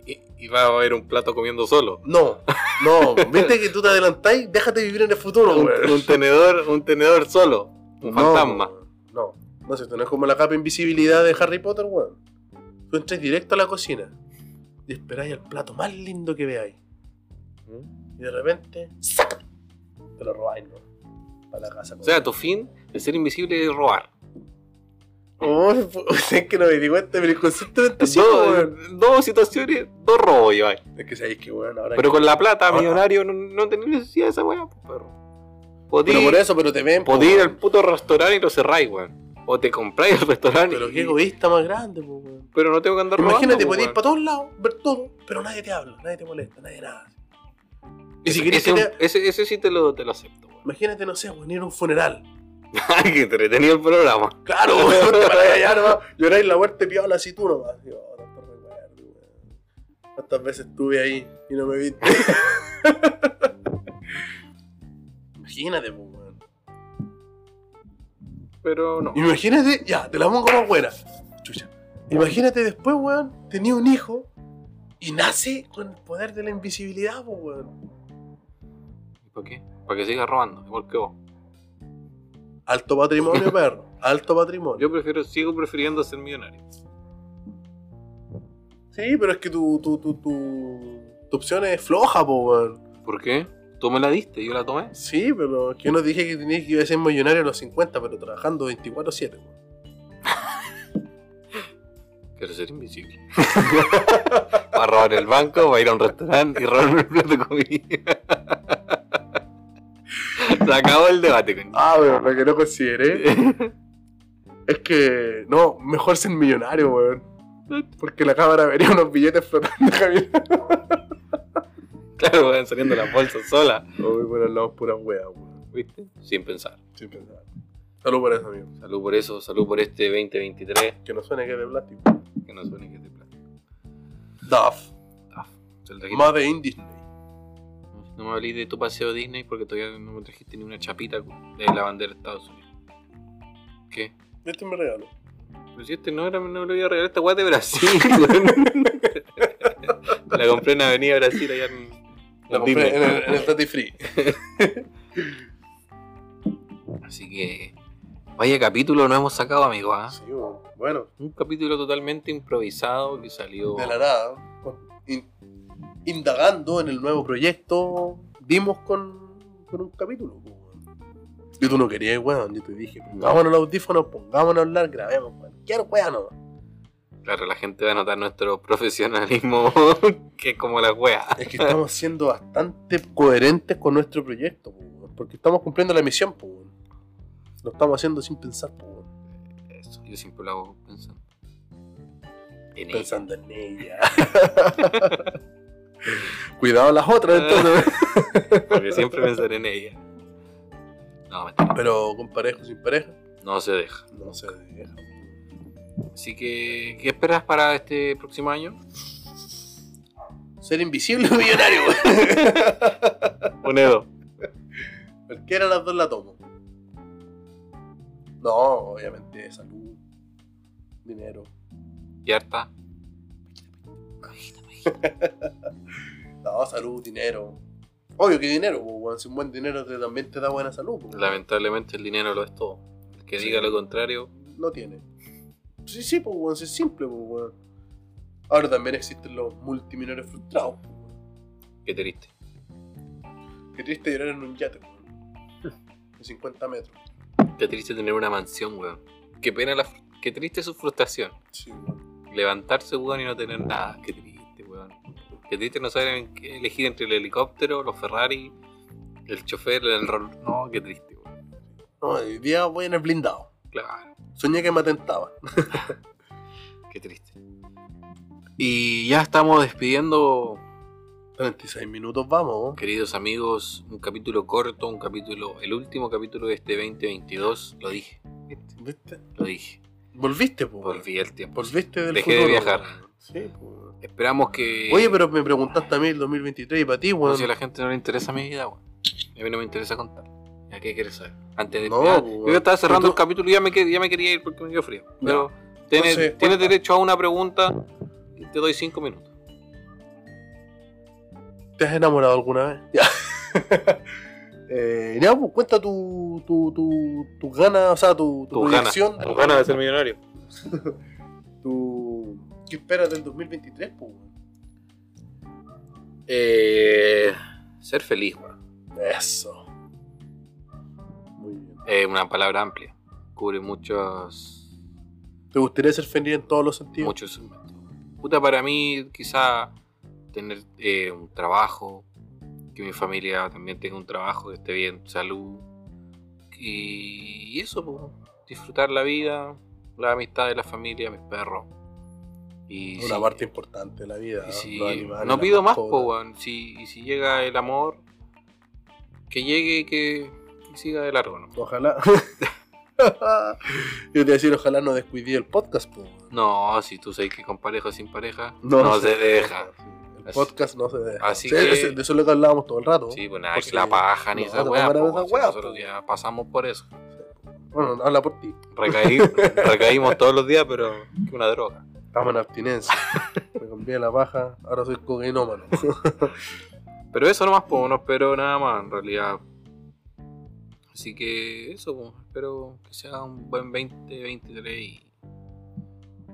Y, y va a haber un plato comiendo solo. No, no. Viste que tú te adelantás y déjate vivir en el futuro, un, weón. un tenedor, un tenedor solo, un No, fantasma. weón, No, no sé, esto no es como la capa de invisibilidad de Harry Potter, weón. Tú entras directo a la cocina y esperáis el plato más lindo que veáis. Y de repente, ¡sac! Te lo robáis, ¿no? Para la casa. O sea, tu fin de ser invisible es robar. Oh, es que no me di cuenta, pero constantemente sí, dos, weón. dos situaciones, dos robos lleváis. Es que sabéis que, weón, ahora. Pero con la plata, Ahora- millonario, no, no tenés necesidad de esa weá, po, perro. Podí, Pero por eso, pero te ven. po, podí ir weón. al puto restaurante y lo cerráis, weón. O te compráis el restaurante. Pero y- qué egoísta más grande, po, weón. pero no tengo que andar robando. Imagínate, po, podéis ir weón. para todos lados, ver todo, pero nadie te habla, nadie te molesta, nadie nada. Y si querés ese, que te- ese, ese sí te lo, te lo acepto, weón. Imagínate, no sé, weón, ir a un funeral. Ay, que entretenido el programa. Claro, weón, te paráis allá nomás, lloráis la muerte piola así tú nomás. Digo, oh, tanto recuerdo, weón. ¿Cuántas veces estuve ahí y no me viste? Imagínate, pues, weón. Pero no. Imagínate, ya, te la pongo más buena. Chucha. Imagínate después, weón, tenía un hijo y nace con el poder de la invisibilidad, pues, weón. ¿Para qué? Para que sigas robando, igual que vos. Alto patrimonio, perro. Alto patrimonio. Yo prefiero, sigo prefiriendo ser millonario. Sí, pero es que tu, tu, tu, tu, tu opción es floja, po, weón. ¿Por qué? Tú me la diste, yo la tomé. Sí, pero es que yo no dije que tenías que ir a ser millonario a los 50, pero trabajando 24-7, weón. Quiero ser invisible. va a robar el banco, va a ir a un restaurante y robarme el plato de comida. Se acabó el debate, coño. Ah, pero lo que no consideré es que, no, mejor ser millonario, weón. Porque la cámara vería unos billetes flotando caminando. claro, van saliendo las bolsas solas. Uy, por el lado, pura wea, weón. ¿Viste? Sin pensar. Sin pensar. Salud por eso, amigo. Salud por eso, salud por este 2023. Que no suene que es de plástico. Que no suene que te plato. Duff. Te lo trajiste. Más de indie. No me hablé de tu paseo Disney porque todavía no me trajiste ni una chapita de la bandera de Estados Unidos. ¿Qué? Este me regalo. Pero si este no era, no le voy a regalar esta weá de Brasil, weón. La compré en Avenida Brasil allá en. Lo en compré Disney. en el, en el Duty Free. Así que. Vaya capítulo no hemos sacado, amigos. ¿ah? Sí, weón. Bueno. Un capítulo totalmente improvisado que salió. de la nada, con- in- indagando en el nuevo proyecto, dimos con, con un capítulo, pues, weón. Y tú no querías, weón. Yo te dije, pongámonos los audífonos, pongámonos a hablar, grabemos, weón. Quiero, weón. Claro, la gente va a notar nuestro profesionalismo, que es como la wea. Es que estamos siendo bastante coherentes con nuestro proyecto, pues, weón. Porque estamos cumpliendo la misión, pues, weón. Lo estamos haciendo sin pensar, pues, weón. Eso, yo siempre lo hago pensando. En ella. Pensando en ella. Cuidado las otras, entonces. Porque siempre pensaré en ella. No, mentira, Pero con pareja o sin pareja, no se deja. no se deja. Así que, ¿qué esperas para este próximo año? Ser invisible o millonario, weón. Un Edo. Cualquiera de las dos la tomo. No, obviamente, salud, dinero. Y harta. No, salud, dinero. Obvio que dinero, pues, weón. Si un buen dinero te- también te da buena salud, pues, weón. Lamentablemente el dinero lo es todo. El que Sí. diga lo contrario, no tiene. Sí, sí, pues, weón, sí, es simple, pues, weón. Ahora también existen los multimillonarios frustrados, pues, weón. qué triste. Qué triste llorar en un yate, pues, weón. De 50 metros. Qué triste tener una mansión, weón. Qué pena la... fr- Qué triste su frustración. Sí, weón. Levantarse, weón, y no tener nada. Qué triste, weón. Qué triste no saber en qué elegir entre el helicóptero, los Ferrari, el chofer, el rol. No, qué triste, weón. No, hoy día voy en el blindado. Claro, Soñé que me atentaba. qué triste. Y ya estamos despidiendo 36 minutos vamos, weón. Queridos amigos, un capítulo corto, un capítulo, el último capítulo de este 2022, lo dije, ¿Viste? lo dije, Volviste, pues. weón. volví al tiempo. Volviste del Dejé de futuro. viajar. Eh, weón. Sí, pues. weón. Esperamos que... Oye, pero me preguntaste a mí el 2023 y para ti, No, weón. si a la gente no le interesa mi vida, weón. a mí no me interesa contar. ¿A qué quieres saber? Antes de... No, ah, weón. yo ya estaba cerrando Pero el capítulo y ya me, qued- ya me quería ir porque me dio frío. Pero tienes, Entonces, tienes cuenta. derecho a una pregunta y te doy cinco minutos. ¿Te has enamorado alguna vez? Ya. eh, ya, pues cuenta tu, tu, tu, tu gana, o sea, tu, tu Tus ganas, proyección, tus ganas de ser millonario. tu... ¿Qué esperas del 2023, pues? weón? Eh, ser feliz, weón. Eso. Muy bien. Es una palabra amplia. Cubre muchos... ¿Te gustaría ser feliz en todos los sentidos? muchos segmentos. Puta, para mí, quizá tener eh, un trabajo, que mi familia también tenga un trabajo, que esté bien, salud. Y, y eso, po, disfrutar la vida, la amistad de la familia, mis perros. Y Una si- parte importante de la vida. y si- los animales, no las pido más, po, mascotas. weón. Si, y si llega el amor, que llegue y que, que siga de largo, ¿no? Ojalá. Yo te iba a decir, ojalá no descuidé el podcast, po. No, si tú sabes que con pareja o sin pareja, No no, se se, deja. El Así- podcast no se deja. así Sí, que- de eso- De eso es lo que hablábamos todo el rato. Sí, pues nada, Porque- que la paja ni no, esa no weá. para po, esa si weá, nosotros po. ya pasamos por eso. Bueno, habla por ti. Recaí- recaímos todos los días, pero que una droga. Estamos en abstinencia. Me cambié la paja, ahora soy cocainómano. Pero eso nomás, pues, no espero nada más en realidad. Así que eso, pues, espero que sea un buen 2023 y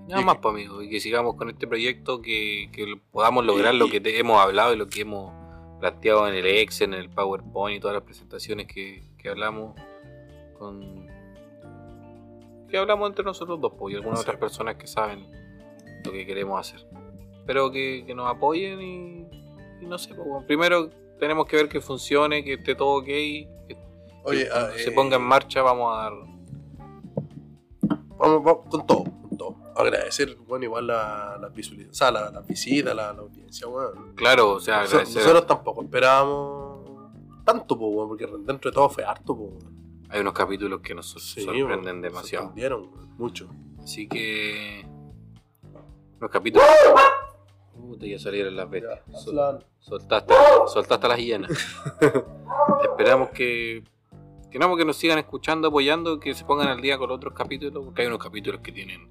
nada Y más, que- pues, amigo. Y que sigamos con este proyecto, que, que lo- podamos lograr lo que te hemos hablado y lo que hemos planteado en el Excel, en el PowerPoint y todas las presentaciones que, que hablamos con. que hablamos entre nosotros dos, pues, y algunas Sí. otras personas que saben lo que queremos hacer. Espero que, que nos apoyen y, y no sé, pues, bueno, primero tenemos que ver que funcione, que esté todo ok, que Oye, que ah, cuando se eh, ponga en marcha, vamos a dar. Vamos, vamos con todo, con todo. Agradecer, bueno, igual la- las visualizaciones, o sea, la- las visitas, la, la audiencia, bueno. Claro, o sea, Nosotros, agradecer. nosotros tampoco esperábamos tanto, po, weón, porque dentro de todo fue harto, po. weón. Hay unos capítulos que nos sor- sorprenden weón, demasiado. sorprendieron, weón, mucho. Así que. Los capítulos. Puta, ya salieron las bestias. Ya, Sol- Aslan. Soltaste, soltaste a las hienas. Esperamos que. Queremos que nos sigan escuchando, apoyando, que se pongan al día con otros capítulos, porque hay unos capítulos que tienen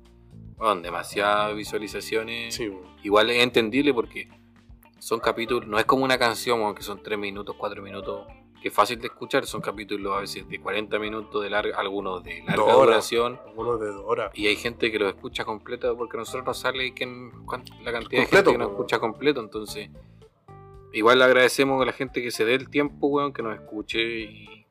bueno, demasiadas visualizaciones. Sí, weón. Igual es entendible porque son capítulos, no es como una canción, aunque son 3 minutos, 4 minutos, que es fácil de escuchar, son capítulos a veces de 40 minutos de larga, algunos de larga Dos horas. duración. algunos de Dora. Y hay gente que lo escucha completo porque a nosotros nos sale que la cantidad de Completo, gente que nos po. escucha completo. Entonces, Igual le agradecemos a la gente que se dé el tiempo, weón, que nos escuche y,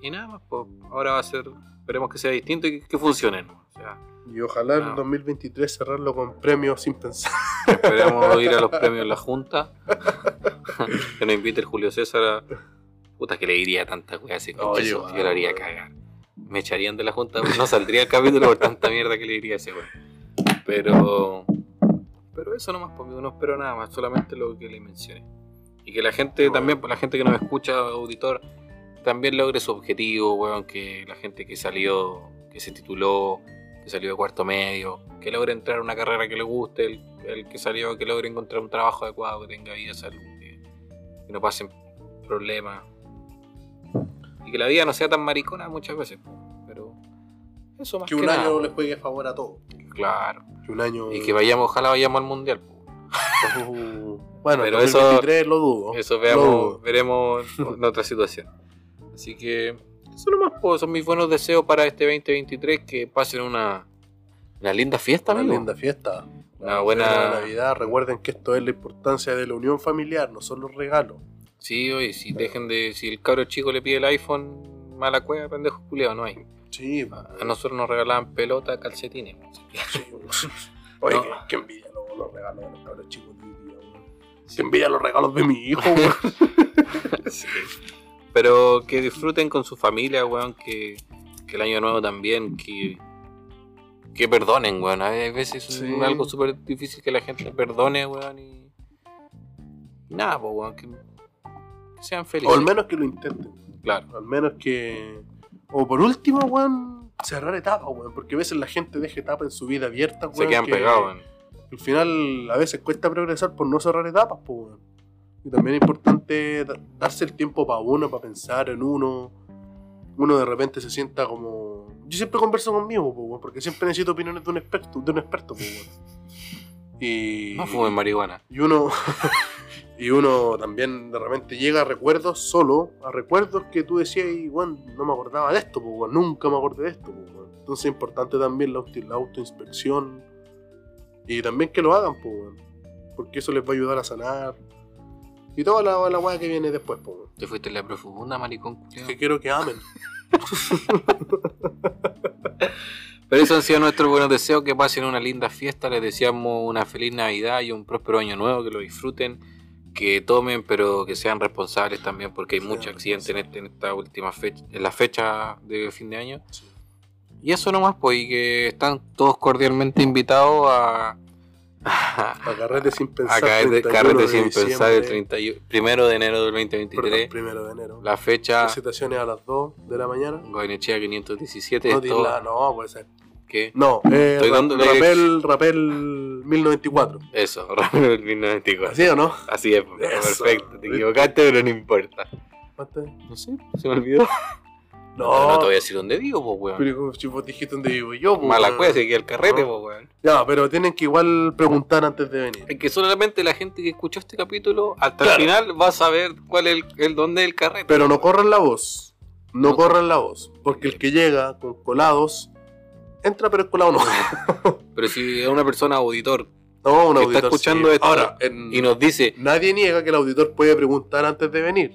y nada más. Pues, ahora va a ser, esperemos que sea distinto y que, que funcione. ¿no? O sea, Y ojalá No. el 2023 cerrarlo con premios sin pensar. esperemos ir a los premios de la Junta. que nos invite el Julio César a. Puta, que le diría tantas weas así Oye, yo weón. lo haría cagar. Me echarían de la Junta, no saldría el capítulo por tanta mierda que le diría a ese weón. Pero. Pero eso nomás, porque no espero nada más, solamente lo que le mencioné. Y que la gente Bueno. también, pues, la gente que nos escucha, auditor, también logre su objetivo, weón, que la gente que salió, que se tituló, que salió de cuarto medio, que logre entrar a una carrera que le guste, el, el que salió, que logre encontrar un trabajo adecuado, que tenga vida, salud, que, que no pasen problemas. Y que la vida no sea tan maricona muchas veces, pero eso más Que que, un nada, año weón. le Mm. juegue a favor a todos. Claro. Que un año. Y que vayamos, ojalá vayamos al mundial. po. Uh, Pero bueno, pero eso- 2023 lo dudo. Eso Lo veamos, dudo. veremos en otra situación. Así que eso nomás, po, son mis buenos deseos para este 2023, que pasen una, una linda fiesta, Una amigo. linda fiesta. Una Cena de buena... Navidad. Recuerden que esto es la importancia de la unión familiar, no son los regalos. Sí, oye, si dejen de... Si el cabro chico le pide el iPhone, mala cueva, pendejo culiao, no hay. Sí, A nosotros nos regalaban pelota, calcetines. Así que- Oye, No. que qué envidia los, los regalos de los cabros chicos de hoy día, weón. Qué envidia los regalos de mi hijo, weón. Sí. Pero que disfruten con su familia, weón, que, que el año nuevo también, que, que perdonen, weón. A veces es Sí. un- algo súper difícil que la gente perdone, weón, y, y nada, pues, weón, que, que sean O felices. al menos que lo intenten. Claro, Al menos que. O por último, weón, cerrar etapas, weón. Porque a veces la gente deja etapas en su vida abiertas, weón. se quedan que pegados, weón. Al final, a veces cuesta progresar por no cerrar etapas, pues, weón. Y también es importante da- darse el tiempo para uno, para pensar en uno. Uno de repente se sienta como. Yo siempre converso conmigo, pues, weón, porque siempre necesito opiniones de un experto, de un experto, pues, weón. Y. No fumen marihuana. Y uno. y uno también de repente llega a recuerdos solo, a recuerdos que tú decías, y bueno, no me acordaba de esto, pues, weón, nunca me acordé de esto, pues, weón". Entonces es importante también la, auto- la autoinspección. Y también que lo hagan, pues, weón, Porque eso les va a ayudar a sanar. Y toda la, la weá que viene después, pues, weón. Te fuiste en la profunda, maricón, culiao. Que quiero que amen. Pero eso han sido nuestros buenos deseos, que pasen una linda fiesta, les deseamos una feliz Navidad y un próspero año nuevo, que lo disfruten, que tomen, pero que sean responsables también, porque hay Sean muchos accidentes en, este- en esta última fecha, en la fecha de fin de año. Sí. Y eso nomás, pues, y que están todos cordialmente invitados a, a, A carrete sin pensar. caer de 31 carrete de sin pensar el diciembre. 31 primero de enero del 2023, Perdón, primero de enero. la fecha Presentaciones a las 2 de la mañana. Goinechea 517, No, esto, dirla, no, pues, puede ser. que- No, eh, Estoy ra- dando la Rapel, Rapel 1094. Eso, Ramiro del 1994. ¿Así o no? Así es, Eso. perfecto. Te equivocaste, pero no importa. ¿Mate? No sé, se me olvidó. No, te voy a decir dónde vivo, pues, weón. pero como si vos dijiste donde vivo yo, pues, Mala weón. cueva, se queda el carrete, No. pues, weón. Ya, pero tienen que igual preguntar antes de venir. Es que solamente la gente que escuchó este capítulo hasta Claro. el final va a saber cuál es el, el dónde es el carrete. Pero no corran la voz. No, No. corran la voz. Porque el que llega con colados, entra, pero el colado no. Pero si es una persona auditor No, un Que está auditor. escuchando esto. Ahora, en- y nos dice. nadie niega que el auditor puede preguntar antes de venir.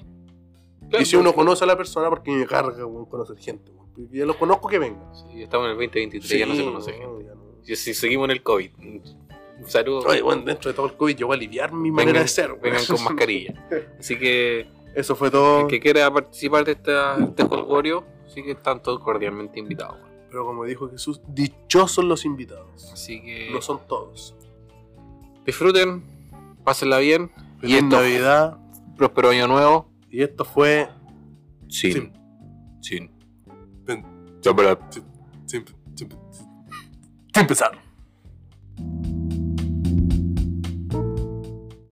claro, y si uno conoce a la persona, porque me carga weón, conocer gente. weón. Porque Ya lo conozco que venga. Sí, estamos en el 2023, ya no se conoce gente. ya no. Si, si seguimos en el COVID. Un saludo. Oye, bueno, dentro de todo el COVID yo voy a aliviar mi manera Vengan- de ser. weón. Vengan con mascarilla. Así que Eso fue todo. el que quiera participar de esta- este jolgorio, sí que están todos cordialmente invitados. weón. Pero como dijo Jesús, dichosos los invitados. Así que No son todos. disfruten, pásenla bien. Feliz esto- Navidad. Próspero año nuevo. Y esto fue... Sin. Sin. Sin, sin- sin- sin- sin pensar.